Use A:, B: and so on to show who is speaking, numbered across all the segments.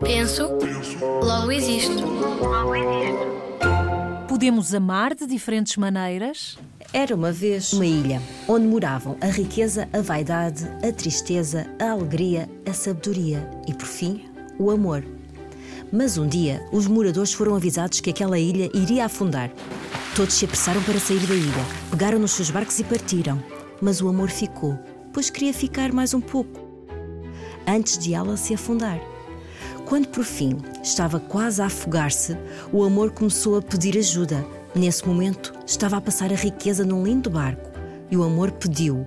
A: Penso, logo existo.
B: Podemos amar de diferentes maneiras?
C: Era uma vez uma ilha onde moravam a riqueza, a vaidade, a tristeza, a alegria, a sabedoria e, por fim, o amor. Mas um dia, os moradores foram avisados que aquela ilha iria afundar. Todos se apressaram para sair da ilha, pegaram nos seus barcos e partiram. Mas o amor ficou, pois queria ficar mais um pouco, antes de ela se afundar. Quando por fim estava quase a afogar-se, o amor começou a pedir ajuda. Nesse momento, estava a passar a riqueza num lindo barco e o amor pediu: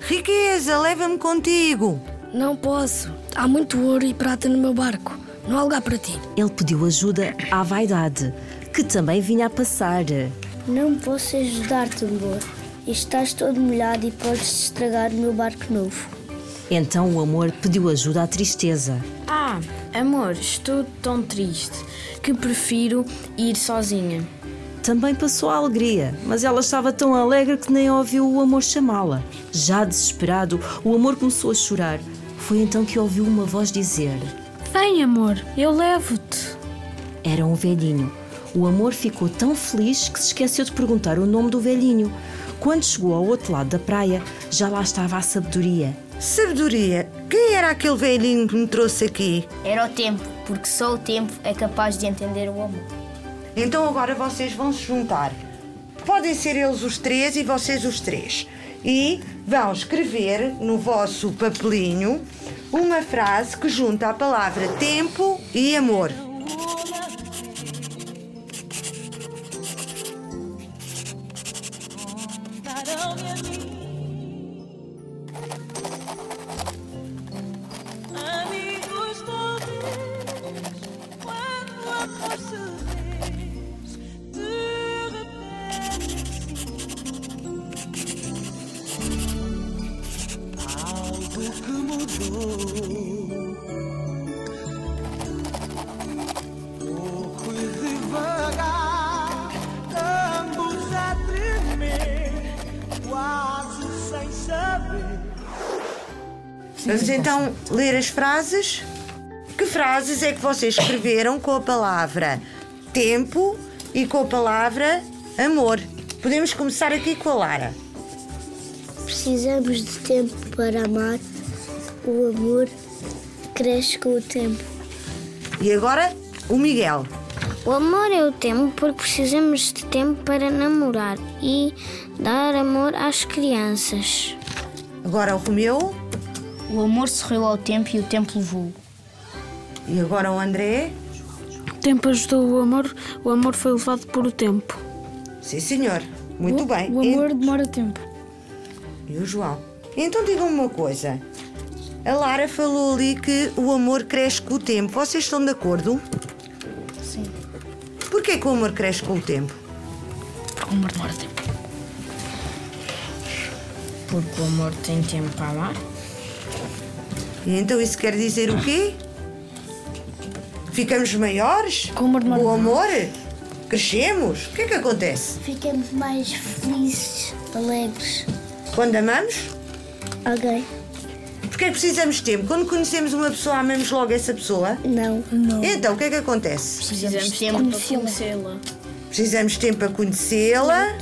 D: Riqueza, leva-me contigo.
A: Não posso. Há muito ouro e prata no meu barco. Não há lugar para ti.
C: Ele pediu ajuda à vaidade, que também vinha a passar.
E: Não posso ajudar-te, amor. Estás todo molhado e podes estragar o meu barco novo.
C: Então o amor pediu ajuda à tristeza.
F: Ah, amor, estou tão triste que prefiro ir sozinha.
C: Também passou a alegria, mas ela estava tão alegre que nem ouviu o amor chamá-la. Já desesperado, o amor começou a chorar. Foi então que ouviu uma voz dizer:
G: Vem, amor, eu levo-te.
C: Era um velhinho. O amor ficou tão feliz que se esqueceu de perguntar o nome do velhinho. Quando chegou ao outro lado da praia, já lá estava a sabedoria.
D: Sabedoria, quem era aquele velhinho que me trouxe aqui?
H: Era o tempo, porque só o tempo é capaz de entender o amor.
D: Então agora vocês vão se juntar. Podem ser eles os três e vocês os três. E vão escrever no vosso papelinho uma frase que junta a palavra tempo e amor.
I: Amigos todos, quando o amor se diz, de repente, algo que mudou. Pouco e devagar, ambos a tremer, quase sem saber.
D: Vamos então ler as frases. Que frases é que vocês escreveram com a palavra tempo e com a palavra amor? Podemos começar aqui com a Lara.
E: Precisamos de tempo para amar. O amor cresce com o tempo.
D: E agora o Miguel.
E: O amor é o tempo porque precisamos de tempo para namorar e dar amor às crianças.
D: Agora o Romeu.
H: O amor sorriu ao tempo e o tempo levou.
D: E agora o André.
G: O tempo ajudou o amor, o amor foi levado por o tempo.
D: Sim, senhor. Muito bem.
G: O amor demora tempo.
D: E o João. Então digam-me uma coisa. A Lara falou ali que o amor cresce com o tempo. Vocês estão de acordo?
H: Sim.
D: Porquê que o amor cresce com o tempo?
H: Porque o amor demora tempo.
F: Porque o amor tem tempo para amar.
D: E então isso quer dizer o quê? Ficamos maiores?
H: Com o amor demora
D: o amor? Crescemos? O que é que acontece?
E: Ficamos mais felizes, alegres.
D: Quando amamos?
E: Alguém?
D: Porque é que precisamos de tempo? Quando conhecemos uma pessoa, amamos logo essa pessoa?
E: Não.
D: Então, o que é que acontece?
F: Precisamos de
E: um
F: tempo para conhecê-la.
D: Precisamos de tempo para conhecê-la.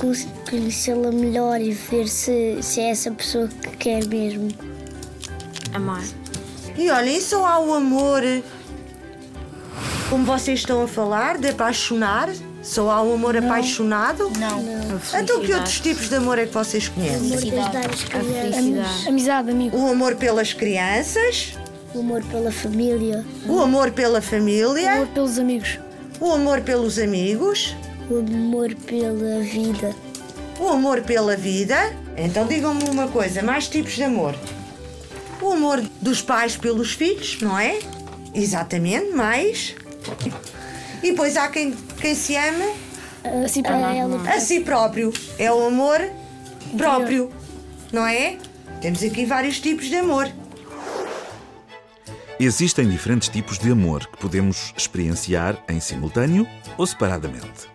E: Conhecê-la melhor e ver se, se é essa pessoa que quer mesmo.
F: Amar.
D: E olhem, só há o amor. Como vocês estão a falar, de apaixonar. Só há o amor apaixonado.
H: Não.
D: Então, que outros tipos de amor é que vocês conhecem?
E: Amor das dar às crianças.
F: Felicidade.
G: Amizade, amigo.
D: O amor pelas crianças,
E: O amor pela família.
D: o amor pela família,
G: pelos amigos.
D: o amor pelos amigos,
E: O amor pela vida.
D: o amor pela vida. Então, digam-me uma coisa: mais tipos de amor. O amor dos pais pelos filhos, não é? Exatamente, mais. E depois há quem, quem se ama
G: Assim
E: A ela
D: a si próprio. É o amor próprio, não é? Temos aqui vários tipos de amor.
J: Existem diferentes tipos de amor que podemos experienciar em simultâneo ou separadamente.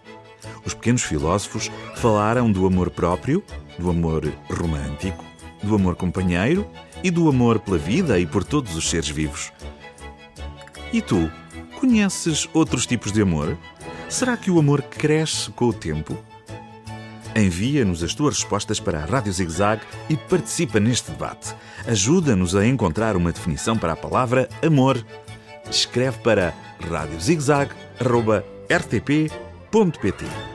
J: Os pequenos filósofos falaram do amor próprio, do amor romântico, do amor companheiro e do amor pela vida e por todos os seres vivos. E tu, conheces outros tipos de amor? Será que o amor cresce com o tempo? Envia-nos as tuas respostas para a Rádio ZigZag e participa neste debate. Ajuda-nos a encontrar uma definição para a palavra amor. Escreve para radiozigzag.rtp.pt